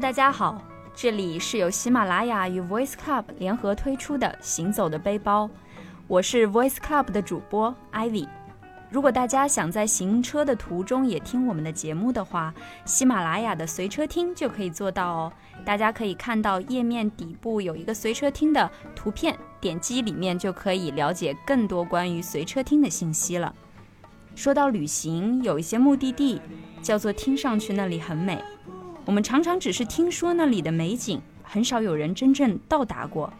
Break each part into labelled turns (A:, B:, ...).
A: 大家好，这里是由喜马拉雅与 Voice Club 联合推出的《行走的背包》，我是 Voice Club 的主播 Ivy。如果大家想在行车的途中也听我们的节目的话，喜马拉雅的随车听就可以做到哦。大家可以看到页面底部有一个随车听的图片，点击里面就可以了解更多关于随车听的信息了。说到旅行，有一些目的地叫做听上去那里很美，我们常常只是听说那里的美景，很少有人真正到达过。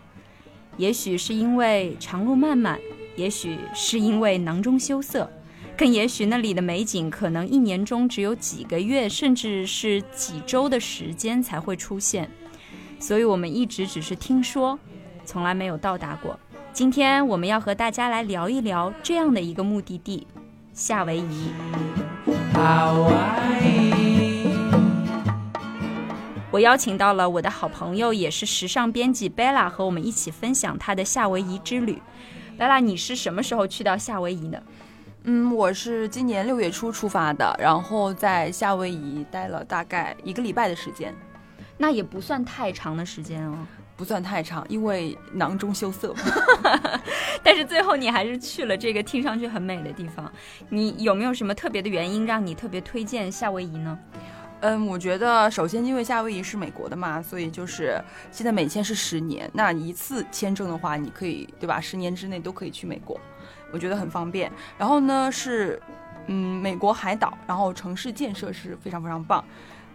A: 也许是因为长路漫漫，也许是因为囊中羞涩。更也许那里的美景可能一年中只有几个月，甚至是几周的时间才会出现，所以我们一直只是听说，从来没有到达过。今天我们要和大家来聊一聊这样的一个目的地——夏威夷。我邀请到了我的好朋友，也是时尚编辑贝拉，和我们一起分享她的夏威夷之旅。贝拉，你是什么时候去到夏威夷呢？
B: 嗯，我是今年六月初出发的，然后在夏威夷待了大概一个礼拜的时间，
A: 那也不算太长的时间哦，
B: 不算太长，因为囊中羞涩。
A: 但是最后你还是去了这个听上去很美的地方。你有没有什么特别的原因让你特别推荐夏威夷呢？
B: 嗯，我觉得首先因为夏威夷是美国的嘛，所以就是现在美签是十年，那一次签证的话，你可以对吧？十年之内都可以去美国，我觉得很方便。然后呢是，嗯，美国海岛，然后城市建设是非常非常棒。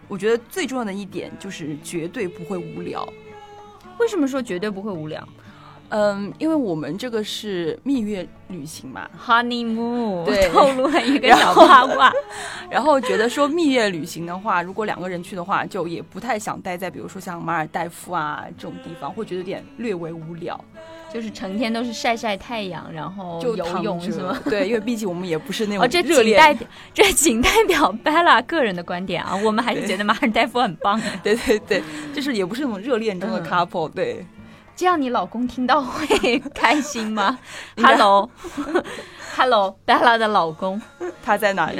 B: 我觉得最重要的一点就是绝对不会无聊。
A: 为什么说绝对不会无聊
B: 嗯，因为我们这个是蜜月旅行嘛，
A: ？Honeymoon，
B: 对
A: 透露了一个
B: 然
A: 小
B: 后
A: 八 卦。
B: 然后觉得说蜜月旅行的话，如果两个人去的话，就也不太想待在比如说像马尔代夫啊这种地方，会觉得有点略微无聊，
A: 就是成天都是晒晒太阳，然后
B: 就
A: 游
B: 躺
A: 泳
B: 着
A: 是吗？？
B: 对，因为毕竟我们也不是那
A: 哦，这
B: 种热
A: 仅
B: 烈。
A: 代表这仅代表 Bella 个人的观点啊，我们还是觉得马尔代夫很棒的。
B: 对对对，就是也不是那种热恋中的
A: 嗯
B: couple，、对，
A: 这样你老公听到会开心 吗
B: 应该
A: ？Hello，Hello，Bella 的老公，
B: 他在哪 里？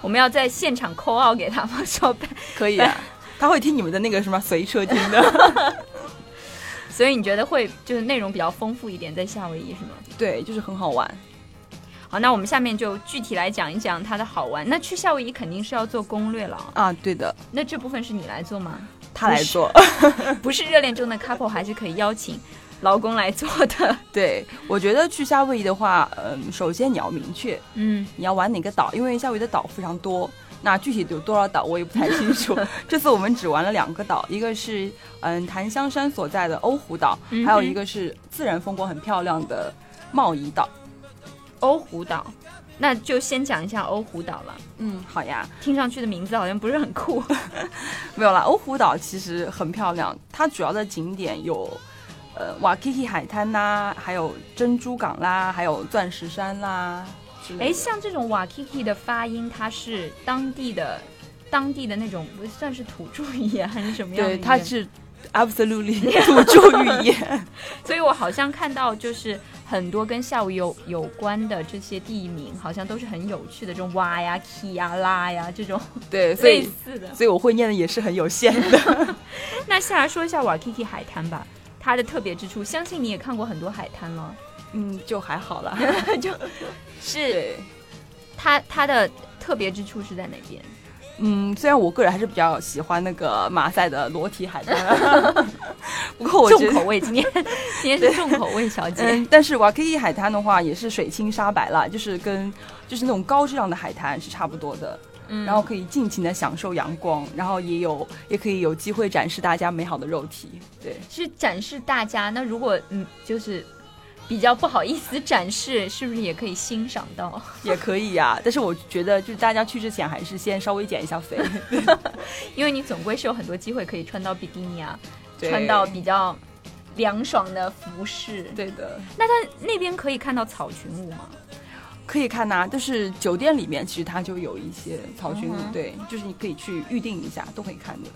A: 我们要在现场 call out 给他吗？说，
B: 可以啊，他会听你们的那个什么随车听的，
A: 所以你觉得会就是内容比较丰富一点，在夏威夷是吗？
B: 对，就是很好玩。
A: 好，那我们下面就具体来讲一讲它的好玩。那去夏威夷肯定是要做攻略了啊，
B: 啊，对的，
A: 那这部分是你来做 吗？
B: 他来做。
A: 不是热恋中的 couple 还是可以邀请老公来做的。
B: 对，我觉得去夏威夷的话，嗯，首先你要明确
A: 嗯，
B: 你要玩哪个岛，因为夏威夷的岛非常多。那具体有多少岛我也不太清楚。这次我们只玩了两个岛，一个是嗯檀香山所在的欧胡岛，
A: 嗯哼
B: 还有一个是自然风光很漂亮的茂宜岛。
A: 欧胡岛，那就先讲一下欧胡岛了。
B: 嗯，好呀，
A: 听上去的名字好像不是很酷。
B: 没有啦。欧胡岛其实很漂亮，它主要的景点有呃瓦基基海滩啦，还有珍珠港啦，还有钻石山啦之类
A: 哎，
B: 的。
A: 像这种瓦 kiki 的发音，它是当地的当地的那种不算是土著语言还是什么样的
B: 对，
A: 语言？
B: 它是 absolutely 土著语言。
A: 所以我好像看到就是很多跟夏威夷有有关的这些地名，好像都是很有趣的，这种哇呀、ki 呀、啦呀这种
B: 对，所
A: 类
B: 以
A: 似的。
B: 所以我会念的也是很有限的。
A: 哎那下来说一下瓦 kiki 海滩吧，它的特别之处，相信你也看过很多海滩了，
B: 嗯，就还好 啦。
A: 是
B: 对，
A: 它它的特别之处是在哪边？
B: 嗯，虽然我个人还是比较喜欢那个马赛的裸体海 滩，啊不 过我觉
A: 重口
B: 得。
A: 味，今天今天是重口味小姐。
B: 嗯，但是瓦基伊海滩的话也是水清沙白啦，就是跟就是那种高质量的海滩是差不多的，
A: 嗯
B: 然后可以尽情的享受阳光，然后也有也可以有机会展示大家美好的肉体。对，
A: 是展示大家。那如果嗯，就是比较不好意思展示，是不是也可以欣赏到？
B: 也可以呀、但是我觉得就是大家去之前还是先稍微减一下 肥，
A: 因为你总归是有很多机会可以穿到比基尼啊，
B: 对
A: 穿到比较凉爽的服饰。
B: 对的。
A: 那它那边可以看到草裙舞吗？
B: 可以看呐、就是酒店里面其实它就有一些草裙舞，
A: 嗯哼
B: 对，就是你可以去预定一下，都可以看的。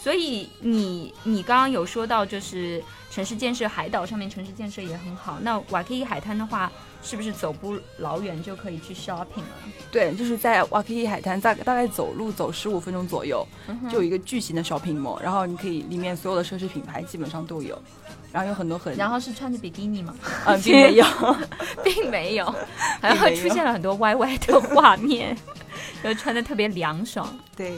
A: 所以你你刚刚有说到，就是城市建设，海岛上面城市建设也很好。那瓦克伊海滩的话，是不是走不老远就可以去 shopping 了？
B: 对，就是在瓦克伊海滩，大大概走路走十五分钟左右，就有一个巨型的 shopping mall，然后你可以里面所有的奢侈品牌基本上都有，然后有很多很，
A: 然后是穿着比基尼吗？
B: 嗯，并 没有，
A: 并没 有，然后出现了很多歪歪的画 面，就穿的特别凉爽。
B: 对，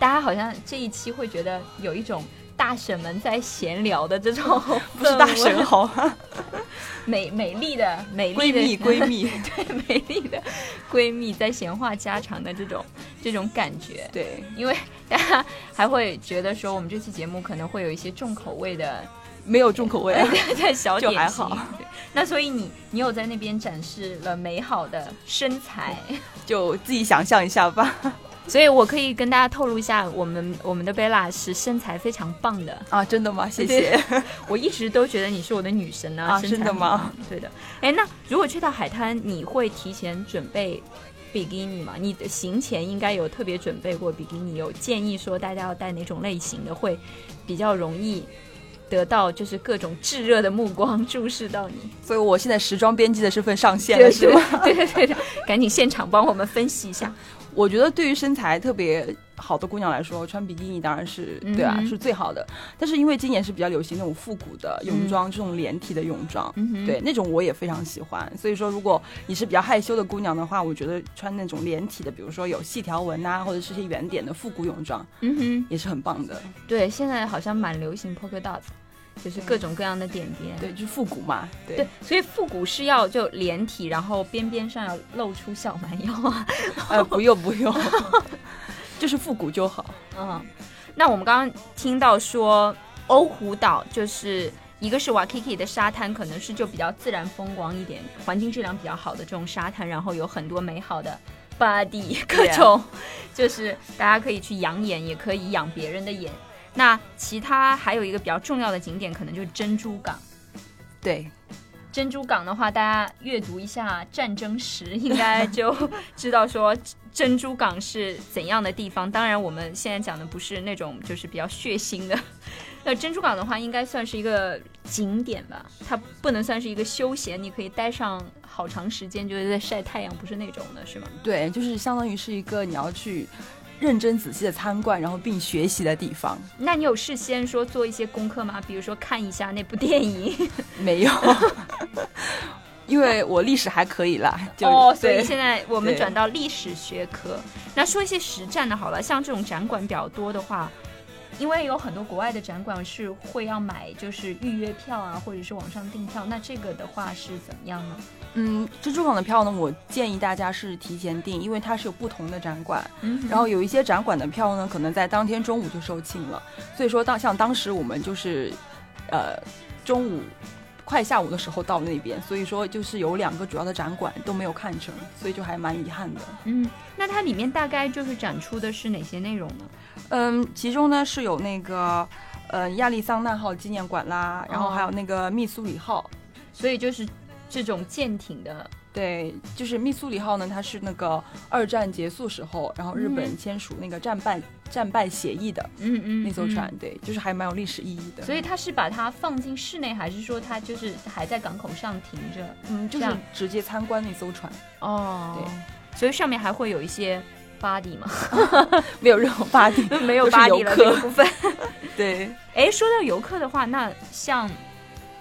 A: 大家好像这一期会觉得有一种大婶们在闲聊的这 种，
B: 不是大神
A: 哦
B: 好吗，
A: 美美丽的美丽
B: 闺
A: 的
B: 蜜闺蜜，
A: 对美丽的闺蜜在闲话家常的这种这种感觉。
B: 对，
A: 因为大家还会觉得说，我们这期节目可能会有一些重口味的
B: 没有重口味啊，
A: 在小
B: 就
A: 点
B: 还
A: 心
B: 好。
A: 对那所以你你有在那边展示了美好的身材，
B: 就自己想象一下吧。
A: 所以我可以跟大家透露一下，我们我们的贝拉是身材非常棒的。
B: 啊，真的吗？谢
A: 对
B: 谢。
A: 我一直都觉得你是我的女神啊，
B: 啊
A: 身材
B: 真的
A: 很
B: 吗
A: 棒？对的。哎，那如果去到海滩，你会提前准备比基尼吗？你的行前应该有特别准备过比基尼，有建议说大家要带哪种类型的，会比较容易得到就是各种炙热的目光注视到你。
B: 所以我现在时装编辑的身份上线
A: 对
B: 了，是吗？
A: 对对对对，赶紧现场帮我们分析一下。
B: 我觉得对于身材特别好的姑娘来说，穿比基尼当然是
A: 嗯哼
B: 对啊，是最好的。但是因为今年是比较流行那种复古的泳装，这种连体的泳装。
A: 嗯哼，
B: 对，那种我也非常喜欢。所以说，如果你是比较害羞的姑娘的话，我觉得穿那种连体的，比如说有细条纹呐、或者是一些圆点的复古泳装，
A: 嗯哼，
B: 也是很棒的。
A: 对，现在好像蛮流行 polka dots，就是各种各样的点点。
B: 对，就是复古嘛。对，
A: 对，所以复古是要就连体，然后边边上要露出小蛮腰啊。
B: 呃，不用不用， 就是复古就好。
A: 嗯，那我们刚刚听到说欧胡岛就是。一个是 Waikiki 的沙滩，可能是就比较自然风光一点，环境质量比较好的这种沙滩，然后有很多美好的 body 各种，就是大家可以去养眼，也可以养别人的眼。那其他还有一个比较重要的景点，可能就是珍珠港。
B: 对，
A: 珍珠港的话，大家阅读一下战争史，应该就知道说珍珠港是怎样的地方。当然，我们现在讲的不是那种就是比较血腥的。 那珍珠港的话，应该算是一个景点吧，它不能算是一个休闲，你可以待上好长时间，就是在晒太阳，不是那种的，是吗？
B: 对，就是相当于是一个你要去认真仔细的参观，然后并学习的地方。
A: 那你有事先说做一些功课吗？比如说看一下那部电影
B: 没有， 因为我历史还可以啦。就
A: 哦，所以
B: 对
A: 现在我们
B: 对
A: 转到历史学科。那说一些实战的好了，像这种展馆比较多的话，因为有很多国外的展馆是会要买，就是预约票啊，或者是网上订票。那这个的话是怎么样呢？
B: 嗯，珍珠港的票呢，我建议大家是提前订，因为它是有不同的展馆，
A: 嗯
B: 然后有一些展馆的票呢，可能在当天中午就售罄了。所以说当像当时我们就是，呃，中午。快下午的时候到那边，所以说就是有两个主要的展馆都没有看成，所以就还蛮遗憾的。
A: 嗯，那它里面大概就是展出的是哪些内容呢？
B: 嗯，其中呢是有那个，呃，亚利桑那号纪念馆啦，然后还有那个密苏里号。
A: 所以就是这种舰艇的，
B: 对，就是密苏里号呢，它是那个二战结束时候，然后日本
A: 嗯
B: 签署那个战败、战败协议的
A: 嗯嗯
B: 那艘船，。对，就是还蛮有历史意义的。
A: 所以它是把它放进室内，还是说它就是还在港口上停着？
B: 嗯，就
A: 这
B: 是
A: 样
B: 直接参观那艘船，
A: 哦对，所以上面还会有一些 body 吗？
B: 没有任何巴 蒂，
A: 没有
B: 都是
A: body
B: 游
A: 了
B: 客
A: 这个部 分。
B: 对，
A: 哎，说到游客的话，那像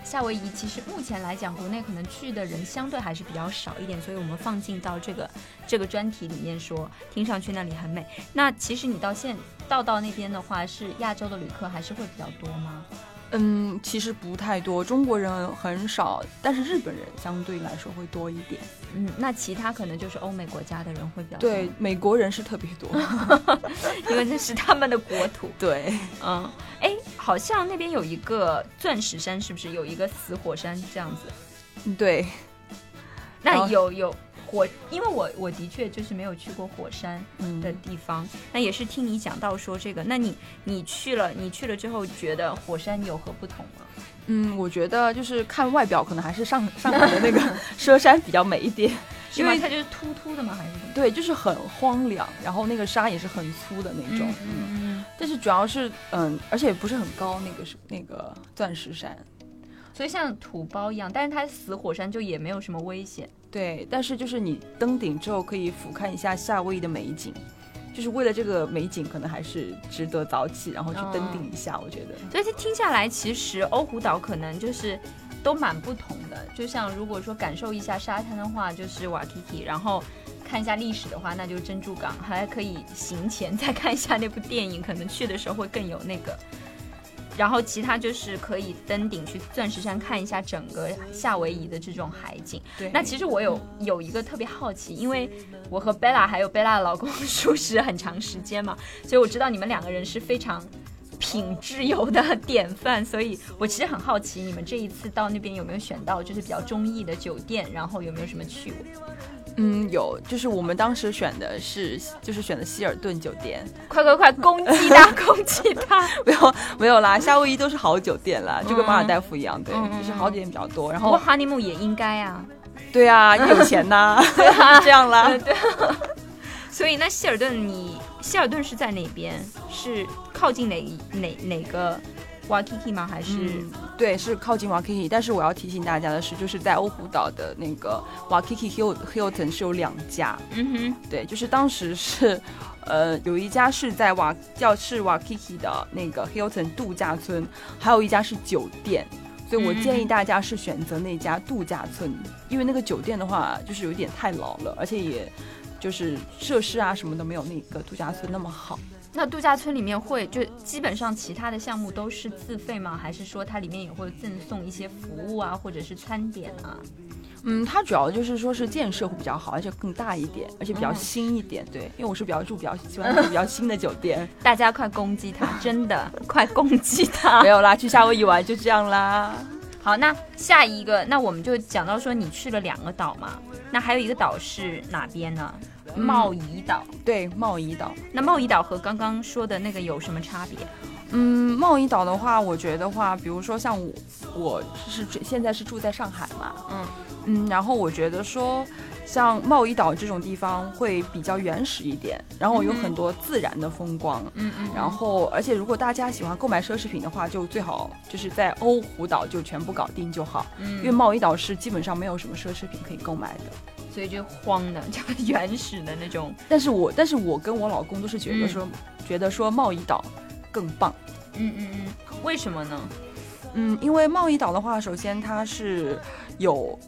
A: 夏威夷，其实目前来讲，国内可能去的人相对还是比较少一点，所以我们放进到这个这个专题里面说，听上去那里很美。那其实你到现到到那边的话，是亚洲的旅客还是会比较多吗？
B: 嗯，其实不太多，中国人很少，但是日本人相对来说会多一点。
A: 嗯，那其他可能就是欧美国家的人会比较多，
B: 对，，美国人是特别 多。
A: 因为这是他们的国土。
B: 对，
A: 嗯，哎，好像那边有一个钻石山，是不是有一个死火山这样子？
B: 对，然
A: 那
B: 后
A: 有有火，因为我我的确就是没有去过火山，
B: 嗯
A: 的地方。那也是听你讲到说这个，那你你去了，你去了之后觉得火山有何不同吗？
B: 嗯，我觉得就是看外表，可能还是上上海的那个 佘山比较美一点。
A: 因为
B: 因为
A: 它就是突突的吗？还是什么？
B: 对，就是很荒凉，然后那个沙也是很粗的那种。
A: 嗯嗯，
B: 但是主要是嗯，而且不是很高，那个是那个钻石山。
A: 所以像土包一样，但是它死火山就也没有什么危险。
B: 对，但是就是你登顶之后可以俯瞰一下夏威夷的美景，就是为了这个美景，可能还是值得早起然后去登顶一下。我觉得
A: 所以这听下来，其实欧胡岛可能就是都蛮不同的。就像如果说感受一下沙滩的话，就是瓦 Kiki，然后看一下历史的话，那就是珍珠港，还可以行前再看一下那部电影，可能去的时候会更有那个。 然后其他就是可以登顶去钻石山看一下整个夏威夷的这种海景。
B: 对，
A: 那其实我有有一个特别好奇，因为我和贝拉还有贝拉的老公 熟识很长时间嘛，所以我知道你们两个人是非常品质游的典范，所以我其实很好奇，你们这一次到那边有没有选到就是比较中意的酒店，然后有没有什么趣味？
B: 嗯有，就是我们当时选的是就是选的希尔顿酒店，
A: 快快快，攻击 他，攻击他！
B: 没有没有啦，夏威夷都是好酒店啦，就跟马尔代夫一样，对，就是好酒店比较多。然
A: 不过
B: 后
A: 哈尼哦姆也应该啊，
B: 对啊，你有钱 呐、这样啦
A: 对。对。所以那希尔顿你，希尔顿是在哪边？是靠近哪哪哪个 Waikiki 吗？还是、
B: 嗯，对，是靠近 Waikiki，但是我要提醒大家的是，就是在欧胡岛的那个 Waikiki Hill- Hilton 是有两家，
A: 嗯
B: 对，就是当时是，呃，有一家是在瓦叫是 Waikiki 的那个 Hilton 度假村，还有一家是酒店，所以我建议大家是选择那家度假村，因为那个酒店的话就是有点太老了，而且也就是设施啊什么的没有那个度假村那么好。
A: 哼？那度假村里面会就基本上其他的项目都是自费吗？还是说它里面也会赠送一些服务啊，或者是餐点啊？
B: 嗯，它主要就是说是建设会比较好，而且更大一点，而且比较
A: 嗯
B: 新一点。对，因为我是比较住比较喜欢住比较新的酒店。
A: 大家快攻击他，真的快攻击他
B: 没！有啦，去夏威夷玩就这样啦。
A: 好，那下一个，那我们就讲到说你去了两个岛嘛，那还有一个岛是哪边呢？
B: 嗯
A: 茂宜岛。
B: 对，贸易岛。
A: 那贸易岛和刚刚说的那个有什么差别？
B: 嗯，贸易岛的话，我觉得话，比如说像我，我是住现在是住在上海嘛，
A: 嗯
B: 嗯，然后我觉得说，像贸易岛这种地方会比较原始一点，然后有
A: 嗯哼
B: 很多自然的风光，
A: 嗯嗯
B: 然后而且如果大家喜欢购买奢侈品的话，就最好就是在欧胡岛就全部搞定就好，因为
A: 嗯，
B: 贸易岛是基本上没有什么奢侈品可以购买的。
A: 所以就荒的，就原始的那种。
B: 但是我但是我跟我老公都是觉得
A: 嗯
B: 说，觉得说贸易岛更棒。
A: 嗯嗯嗯，为什么呢？
B: 嗯，因为贸易岛的话，首先它是有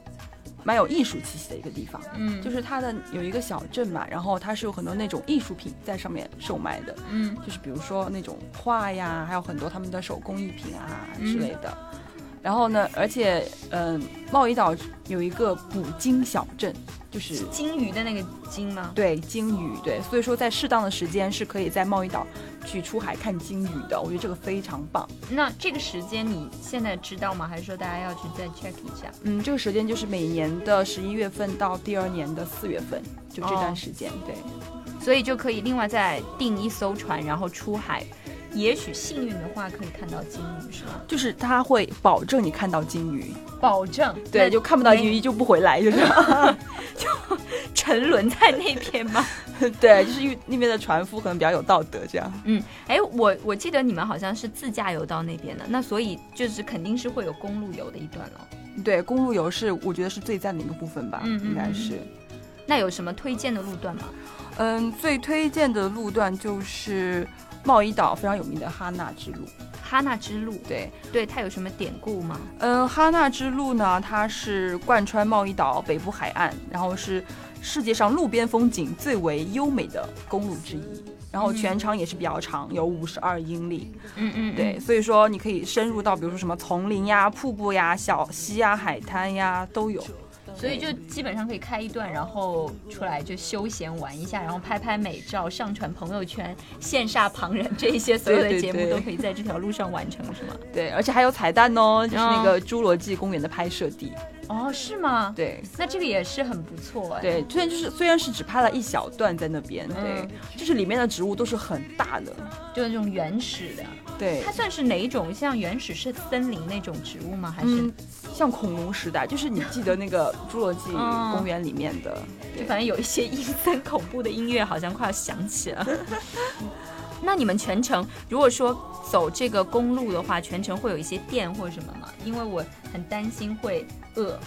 B: 蛮有艺术气息的一个地方，
A: 嗯，
B: 就是它的有一个小镇嘛，然后它是有很多那种艺术品在上面售卖的，
A: 嗯
B: 就是比如说那种画呀，还有很多他们的手工艺品啊
A: 嗯
B: 之类的。然后呢，而且嗯，贸易岛有一个捕鲸小镇，就是
A: 是金鱼的那个金吗？
B: 对鲸鱼，对，所以说在适当的时间是可以在贸易岛去出海看鲸鱼的，我觉得这个非常棒。
A: 那这个时间你现在知道吗？还是说大家要去再 check 一下？
B: 嗯，这个时间就是每年的十一月份到第二年的四月份，就这
A: 哦
B: 段时间。对，
A: 所以就可以另外再订一艘船，然后出海。也许幸运的话可以看到金鱼，是吗？
B: 就是它会保证你看到金鱼，
A: 保证。
B: 对，就看不到金
A: 鱼
B: 鱼就不回来，就是
A: 沉沦在那边 吗？
B: 对，就是因为那边的船夫可能比较有道德，这样。
A: 嗯，哎，我我记得你们好像是自驾游到那边的，那所以就是肯定是会有公路游的一段了。
B: 对，公路游是我觉得是最赞的一个部分吧，
A: 嗯嗯
B: 应该
A: 嗯
B: 是。
A: 那有什么推荐的路段吗？
B: 嗯，最推荐的路段就是贸易岛非常有名的哈纳之路。
A: 哈纳之路，
B: 对，
A: 对它有什么典故吗？
B: 嗯，哈纳之路呢，它是贯穿贸易岛北部海岸，然后是世界上路边风景最为优美的公路之一。然后全长也是比较长，有五十二英里。
A: 嗯嗯，
B: 对，，所以说你可以深入到，比如说什么丛林呀、瀑布呀、小溪呀、海滩呀都有。
A: 所以就基本上可以开一段，然后出来就休闲玩一下，然后拍拍美照，上传朋友圈，羡煞旁人，这一些所有的
B: 对对
A: 节目
B: 对
A: 都可以在这条路上完成，是吗？
B: 对，而且还有彩蛋哦，就是
A: 嗯
B: 那个侏罗纪公园的拍摄地。
A: 哦，是吗？
B: 对，
A: 那这个也是很不错哎。，
B: 对，虽然就是虽然是只拍了一小段在那边，
A: 嗯
B: 对，就是里面的植物都是很大的，
A: 就是那种原始的，
B: 对
A: 它，算是哪一种？像原始是森林那种植物吗？还是、
B: 嗯，像恐龙时代，就是你记得那个侏罗纪
A: 嗯
B: 公园里面的，
A: 就反正有一些阴森恐怖的音乐，好像快要响起了。 那你们全程如果说走这个公路的话，全程会有一些电或者什么吗？因为我很担心会饿。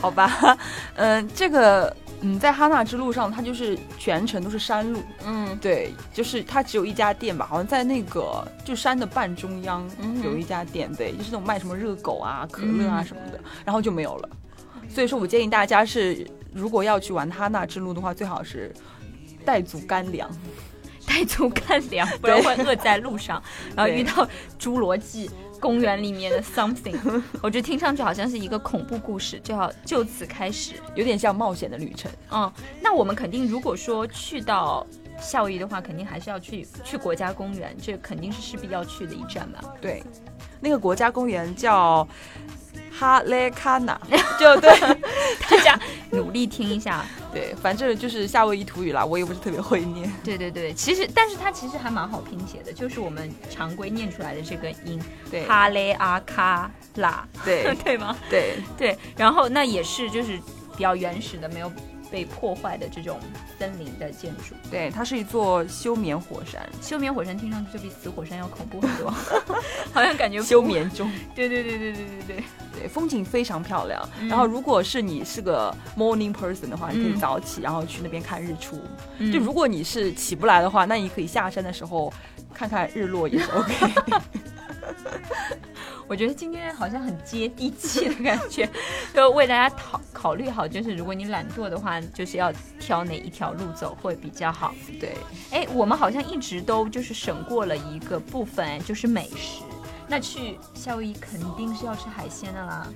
B: 好吧，嗯，这个嗯，在哈纳之路上，它就是全程都是山路，
A: 嗯
B: 对，就是它只有一家店吧，好像在那个就山的半中央
A: 嗯哼
B: 有一家店，对，就是那种卖什么热狗啊、可乐啊
A: 嗯
B: 什么的，然后就没有了。所以说我建议大家是，如果要去玩哈纳之路的话，最好是带足干粮。
A: 带足干粮，不然会饿在路上。然后遇到侏罗纪公园里面的 something，我觉得听上去好像是一个恐怖故事，就好就此开始。
B: 有点像冒险的旅程，
A: 嗯，那我们肯定如果说去到夏威夷的话，肯定还是要去去国家公园，这肯定是势必要去的一站吧。
B: 对，那个国家公园叫哈雷卡 纳，就对
A: 大家努力听一下。
B: 对，反正就是夏威夷土语啦，我也不是特别会念。
A: 对对对，其实但是它其实还蛮好拼写的，就是我们常规念出来的这个音，
B: 对，
A: 哈雷阿卡拉，
B: 对
A: 对吗？
B: 对
A: 对，然后那也是就是比较原始的，没有被破坏的这种森林的建筑。
B: 对，它是一座休眠 火山，
A: 休眠火山听上去就比死火山要恐怖很多， 好像感觉
B: 休。眠中。
A: 对对对对对对对，
B: 对，风景非常漂亮。
A: 嗯
B: 然后，如果是你是个 morning person 的话，你可以
A: 嗯
B: 早起，然后去那边看日出。
A: 嗯
B: 就如果你是起不来的话，那你可以下山的时候看看日落也是 OK。
A: 我觉得今天好像很接地气的感觉， 就为大家考考虑好，就是如果你懒惰的话，啊就是要挑哪一条路走会比较好。
B: 对，
A: 哎，我们好像一直都就是省过了一个部分，就是美食。那去夏威夷肯定是要吃海鲜的啦。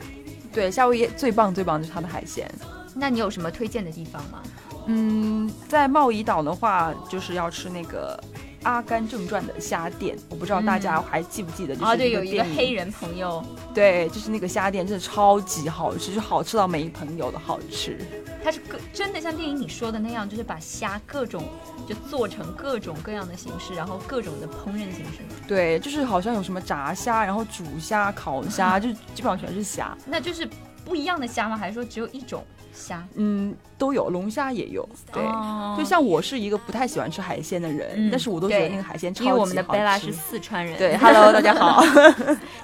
B: 对，夏威夷最棒最棒就是它的海鲜。
A: 那你有什么推荐的地方吗？
B: 嗯，在贸易岛的话，就是要吃那个《阿甘正传》的虾店。我不知道大家还记不记得，就是
A: 啊，对，
B: 那
A: 有一个
B: 电影
A: 黑，人朋友，
B: 对，就是那个虾店，真的超级好吃，就好吃到没朋友的好吃。
A: 他是各真的像电影里说的那样，就是把虾各种就做成各种各样的形式，然后各种的烹饪形式。
B: 对，就是好像有什么炸虾，然后煮虾、烤虾，就基本上全是虾。
A: 那就是不一样的虾吗？还是说只有一种虾？
B: 嗯，都有，龙虾也有。对，
A: 哦
B: 就像我是一个不太喜欢吃海鲜的人，
A: 嗯
B: 但是我都觉得
A: 对
B: 那个海鲜超级
A: 因为
B: 好吃。
A: 我们的贝拉是四川人，
B: 对，Hello，大家好。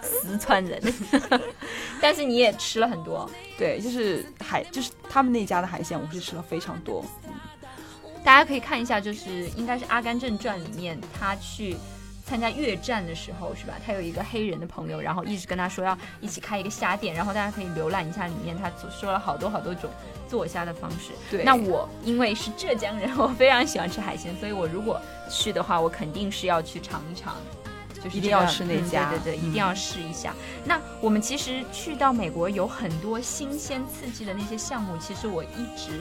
A: 四川人， 但是你也吃了很多。
B: 对，就是海，就是他们那家的海鲜，我是吃了非常多。
A: 大家可以看一下，就是应该是《阿甘正传》里面他去参加越战的时候，是吧？他有一个黑人的朋友，然后一直跟他说要一起开一个虾店，然后大家可以浏览一下里面他说了好多好多种做虾的方式。
B: 对，
A: 那我因为是浙江人，我非常喜欢吃海鲜，所以我如果去的话，我肯定是要去尝一尝。就是
B: 一
A: 这
B: 定要
A: 个
B: 吃那
A: 嗯
B: 家
A: 对对对，一定
B: 嗯
A: 要试一下。那我们其实去到美国有很多新鲜刺激的那些项目，其实我一直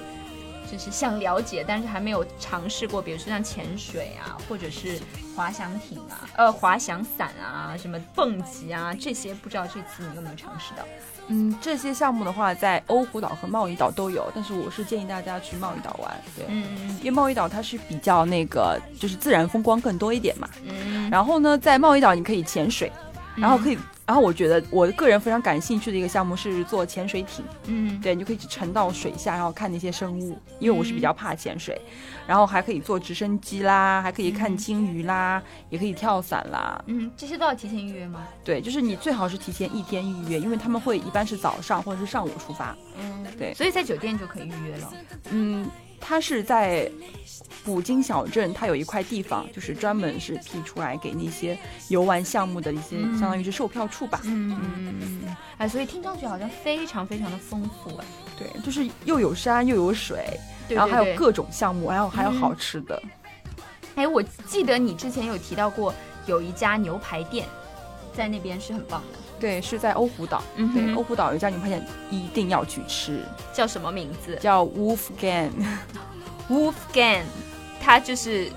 A: 就是想了解，但是还没有尝试过，比如说像潜水啊，或者是滑翔艇啊，呃，滑翔伞啊，什么蹦极啊，这些不知道这次你有没有尝试到？
B: 嗯，这些项目的话，在欧胡岛和贸易岛都有，但是我是建议大家去贸易岛玩，对，
A: 嗯
B: 因为贸易岛它是比较那个，就是自然风光更多一点嘛。
A: 嗯，
B: 然后呢，在贸易岛你可以潜水，然后可
A: 以
B: 以，然后我觉得我个人非常感兴趣的一个项目是做潜水艇，
A: 嗯
B: 对，你就可以沉到水下，然后看那些生物，因为我是
A: 嗯
B: 比较怕潜水，然后还可以坐直升机啦，还可以看
A: 嗯
B: 鲸鱼啦，也可以跳伞啦，
A: 嗯，这些都要提前预约吗？
B: 对，就是你最好是提前一天预约，因为他们会一般是早上或者是上午出发。
A: 嗯，
B: 对
A: 所以在酒店就可以预约了。
B: 嗯，它是在捕鲸小镇，它有一块地方，就是专门是辟出来给那些游玩项目的一些，
A: 嗯
B: 相当于是售票处吧。
A: 嗯，哎，所以听上去好像非常非常的丰富哎。
B: 对，就是又有山又有水，
A: 对
B: 然后还有
A: 对嗯
B: 各种项目，然后还有好吃的。
A: 哎，我记得你之前有提到过有一家牛排店，在那边是很棒的。
B: 对，是在欧胡岛。
A: 嗯
B: 对，欧，胡岛有一家牛排店，一定要去吃，
A: 叫什么名字
B: 叫 Wolfgang。
A: ？Wolfgang，它就是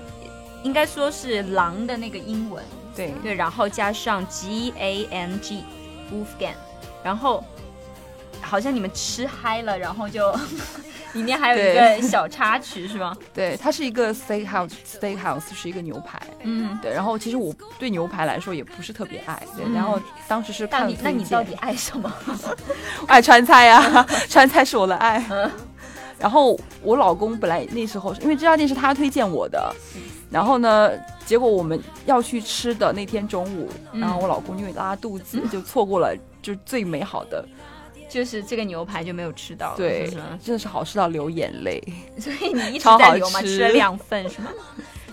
A: 应该说是狼的那个英文，
B: 对，
A: 对，然后加上 G A N G Wolfgang，然后好像你们吃嗨了，然后就里面还有一
B: 对
A: 个小插曲是吗？
B: 对，它是一个 steakhouse，steakhouse 是一个牛排。
A: 嗯，
B: 对，然后其实我对牛排来说也不是特别爱，对，
A: 嗯
B: 然后当时是
A: 到
B: 看
A: 底那你
B: 推荐
A: 到底爱什么？
B: 爱川菜呀、川菜是我的
A: 嗯
B: 爱。然后我老公本来那时候是因为这家店是他推荐我的，然后呢，结果我们要去吃的那天中午，
A: 嗯
B: 然后我老公因为拉肚子，就错过了就是最美好的，
A: 就是这个牛排就没有吃到，
B: 对
A: 哦是 吗，
B: 真的是好吃到流眼泪。
A: 所以你一直
B: 超
A: 在
B: 好
A: 留嘛，吃
B: 吃
A: 了两份是吗？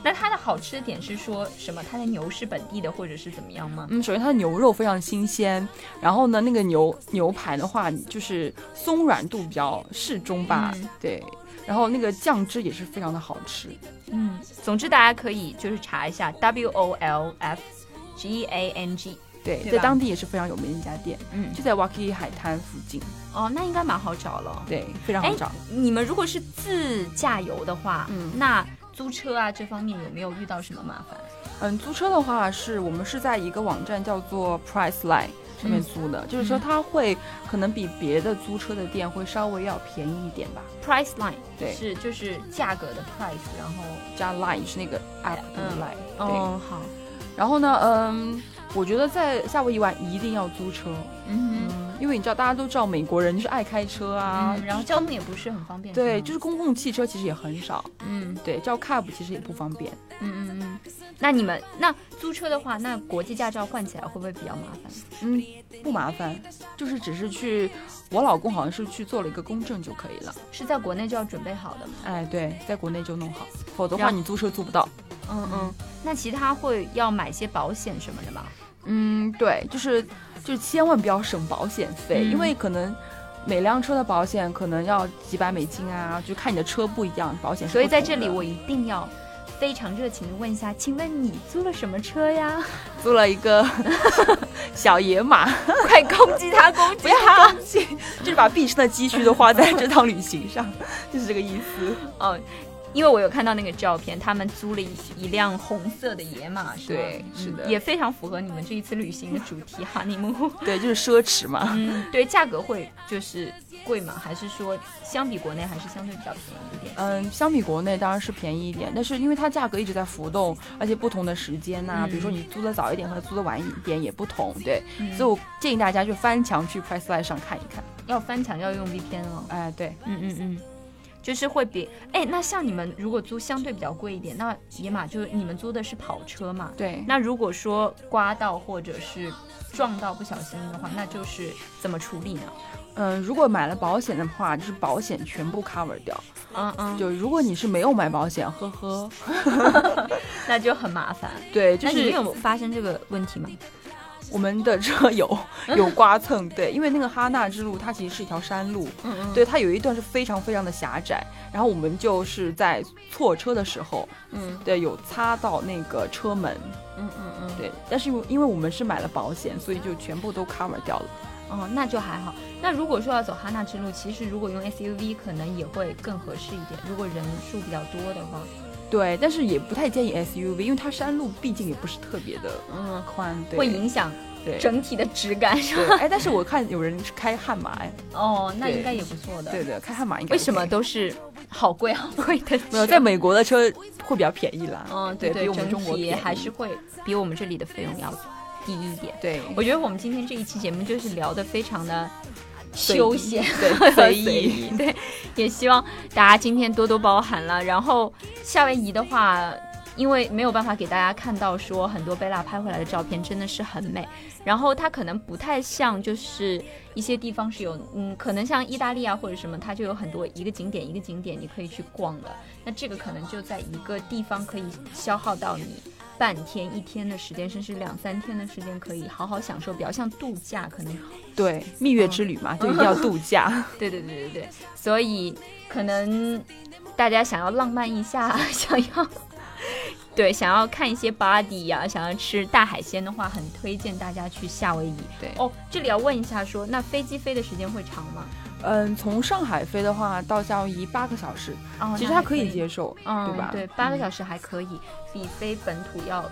A: 那它的 好吃的点是说什么？它的牛是本地的，或者是怎么样吗？
B: 嗯，首先它的牛肉非常新鲜，然后呢，那个牛牛排的话，就是松软度比较适中吧，
A: 嗯
B: 对。然后那个酱汁也是非常的好吃，
A: 嗯，总之大家可以就是查一下 W O L F G A N G，
B: 对，
A: 对
B: 在
A: 吧
B: 当地也是非常有名的一家店，
A: 嗯，
B: 就在 Waki 海滩附近，哎
A: 哦，那应该蛮好找了。哦
B: 对，非常好找。
A: 你们如果是自驾游的话，
B: 嗯
A: 那租车啊这方面有没有遇到什么麻烦？
B: 嗯，租车的话是我们是在一个网站叫做 Priceline 上面
A: 嗯
B: 租的，就是说
A: 嗯
B: 它会可能比别的租车的店会稍微要便宜一点吧，
A: Price line
B: 对
A: 是就是价格的 price，然后
B: 加 Line 是那个 app 的
A: 嗯
B: Line，、对。
A: 哦好，
B: 然后呢，嗯，我觉得在夏威夷玩一定要租车，
A: 嗯哼
B: 因为你知道大家都知道美国人就是爱开车啊，
A: 嗯，然后交通也不是很方便，
B: 对，
A: 吗
B: 就是公共汽车其实也很少，
A: 嗯
B: 对，叫 cab 其实也不方便。
A: 嗯嗯嗯。那你们那租车的话，那国际驾照换起来会不会比较麻烦？
B: 嗯，不麻烦，就是只是去，我老公好像是去做了一个公证就可以了。
A: 是在国内就要准备好的吗？
B: 哎，对，在国内就弄好，否则的话
A: 然后
B: 你租车租不到。
A: 嗯嗯。那其他会要买些保险什么的吗？
B: 嗯，对，就是就是千万不要省保险费，
A: 嗯
B: 因为可能每辆车的保险可能要几百美金啊，就看你的车不一样，保险是
A: 所以
B: 不
A: 在
B: 同
A: 这里
B: 的
A: 我一定要非常热情的问一下，请问你租了什么车 呀？
B: 租了一 个小野马，
A: 快攻击他，攻击
B: 不要
A: 他！
B: 攻击，就是把毕生的积蓄都花在这趟旅行上，就是这个意思。
A: 哦，因为我有看到那个照片，他们租了一一辆红色的野马，是吧
B: 对
A: 嗯
B: 是的
A: 也非常符合你们这一次旅行的主题哈尼木。
B: 对，就是奢侈嘛。
A: 嗯，对，价格会就是贵吗？还是说相比国内还是相对比较便宜一点？
B: 嗯，相比国内当然是便宜一点，但是因为它价格一直在浮动，而且不同的时间呐、
A: 嗯
B: 比如说你租的早一点和租的晚一点也不同，对，
A: 嗯
B: 所以我建议大家去翻墙去 Priceline 上看一看。
A: 要翻墙要用 VPN 哦。
B: 哎，对，
A: 嗯嗯嗯，就是会比哎，那像你们如果租相对比较贵一点，那野马就是你们租的是跑车嘛？
B: 对，
A: 那如果说刮到或者是撞到不小心的话，那就是怎么处理呢？
B: 嗯，如果买了保险的话，就是保险全部 cover 掉。
A: 嗯嗯，
B: 就如果你是没有买保险，呵呵，
A: 那就很麻烦。
B: 对，就
A: 那你
B: 是
A: 们有发生这个问题吗？
B: 我们的车有有刮蹭，对，因为那个哈纳之路它其实是一条山路，
A: 嗯嗯，
B: 对，它有一段是非常非常的狭窄，然后我们就是在错车的时候，
A: 嗯
B: 对，有擦到那个车门，
A: 嗯嗯嗯，
B: 对，但是因为因为我们是买了保险，所以就全部都 cover 掉了，
A: 哦，那就还好。那如果说要走哈纳之路，其实如果用 SUV 可能也会更合适一点，如果人数比较多的话，
B: 对，但是也不太建议 SUV，因为它山路毕竟也不是特别的
A: 嗯，
B: 宽，对，
A: 会影响
B: 对。
A: 整体的质感，是吧？
B: 对，哎，但是我看有人是开悍马，哎，
A: 哦，那
B: 对
A: 应该也不错的。
B: 对对，开悍马应该
A: 为什么
B: OK
A: 都是好贵好贵的车？
B: 没有？在美国的车会比较便宜啦，
A: 嗯，
B: 对，
A: 对，
B: 比我们中
A: 整
B: 国
A: 体
B: 便宜
A: 还是会比我们这里的费用要低一点。
B: 对，
A: 我觉得我们今天这一期节目就是聊得非常的
B: 随意
A: 休闲。
B: 对，随
A: 随
B: 意。
A: 意对，也希望大家今天多多包涵了。然后夏威夷的话，因为没有办法给大家看到说很多贝拉拍回来的照片，真的是很美。然后它可能不太像，就是一些地方是有，嗯，可能像意大利啊或者什么，它就有很多一个景点一个景点你可以去逛的。那这个可能就在一个地方可以消耗到你。半天、一天的时间，甚至两三天的时间，可以好好享受，比较像度假，可能
B: 对，蜜月之旅嘛，就一定要度假。
A: 对对对对对，所以可能大家想要浪漫一下， 想要对想要看一些 body 呀、想要吃大海鲜的话，很推荐大家去夏威夷。
B: 对
A: 哦，这里要问一下说，那飞机飞的时间会长吗？
B: 嗯，从上海飞的话到夏威夷八个小时，
A: 哦，
B: 其实
A: 那
B: 它
A: 还
B: 可以接，受，
A: 嗯，
B: 对吧？
A: 对，八个小
B: 时。
A: 时还可以，比飞本土要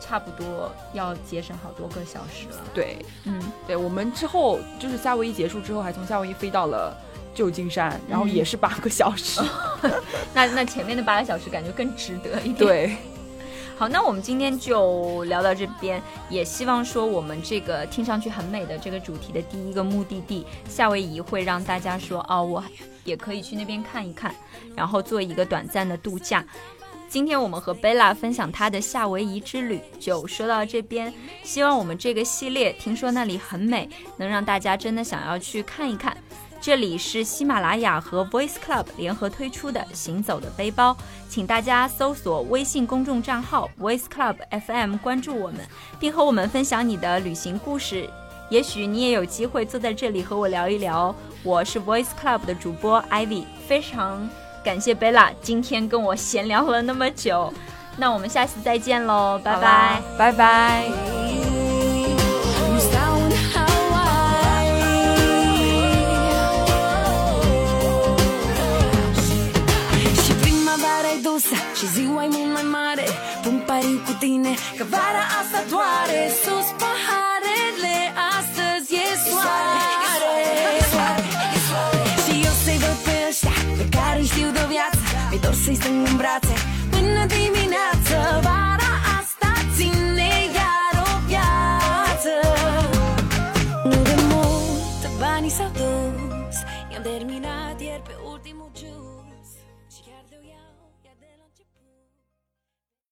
A: 差不多要节省好多个小时了。
B: 对
A: 嗯，
B: 对，我们之后就是夏威夷结束之后，还从夏威夷飞到了旧金山，然后
A: 嗯
B: 也是八个小时。
A: 那那前面的八个小时感觉更值得一点。
B: 对，
A: 好，那我们今天就聊到这边，也希望说我们这个听上去很美的这个主题的第一个目的地夏威夷，会让大啊家说哦，我也可以去那边看一看，然后做一个短暂的度假。今天我们和贝拉分享她的夏威夷之旅，就说到这边。希望我们这个系列，听说那里很美，能让大家真的想要去看一看。这里是喜马拉雅和 Voice Club 联合推出的《行走的背包》，请大家搜索微信公众账号 Voice Club FM 关注我们，并和我们分享你的旅行故事。也许你也有机会坐在这里和我聊一聊哦。我是 Voice Club 的主播 Ivy，非常感谢贝拉今天跟我闲聊了那么久，那我们下次再见喽，拜
B: 拜拜
A: 拜。，
B: 拜拜。
C: From Sal and Hawaii She primăvară e dulce Și ziua e mult mai mare Pun pariu cu tine Că vara asta doare Sus paharele Astăzi e soare E soare Și eu să-i văd pe ăștia Pe care îi știu de viață Mi-e dor să-i strâng în brațe Până dimineață Vara asta ține iar o viață nu de mult banii s-au dus I-am terminat ieri pe ultimul jus Și chiar de iau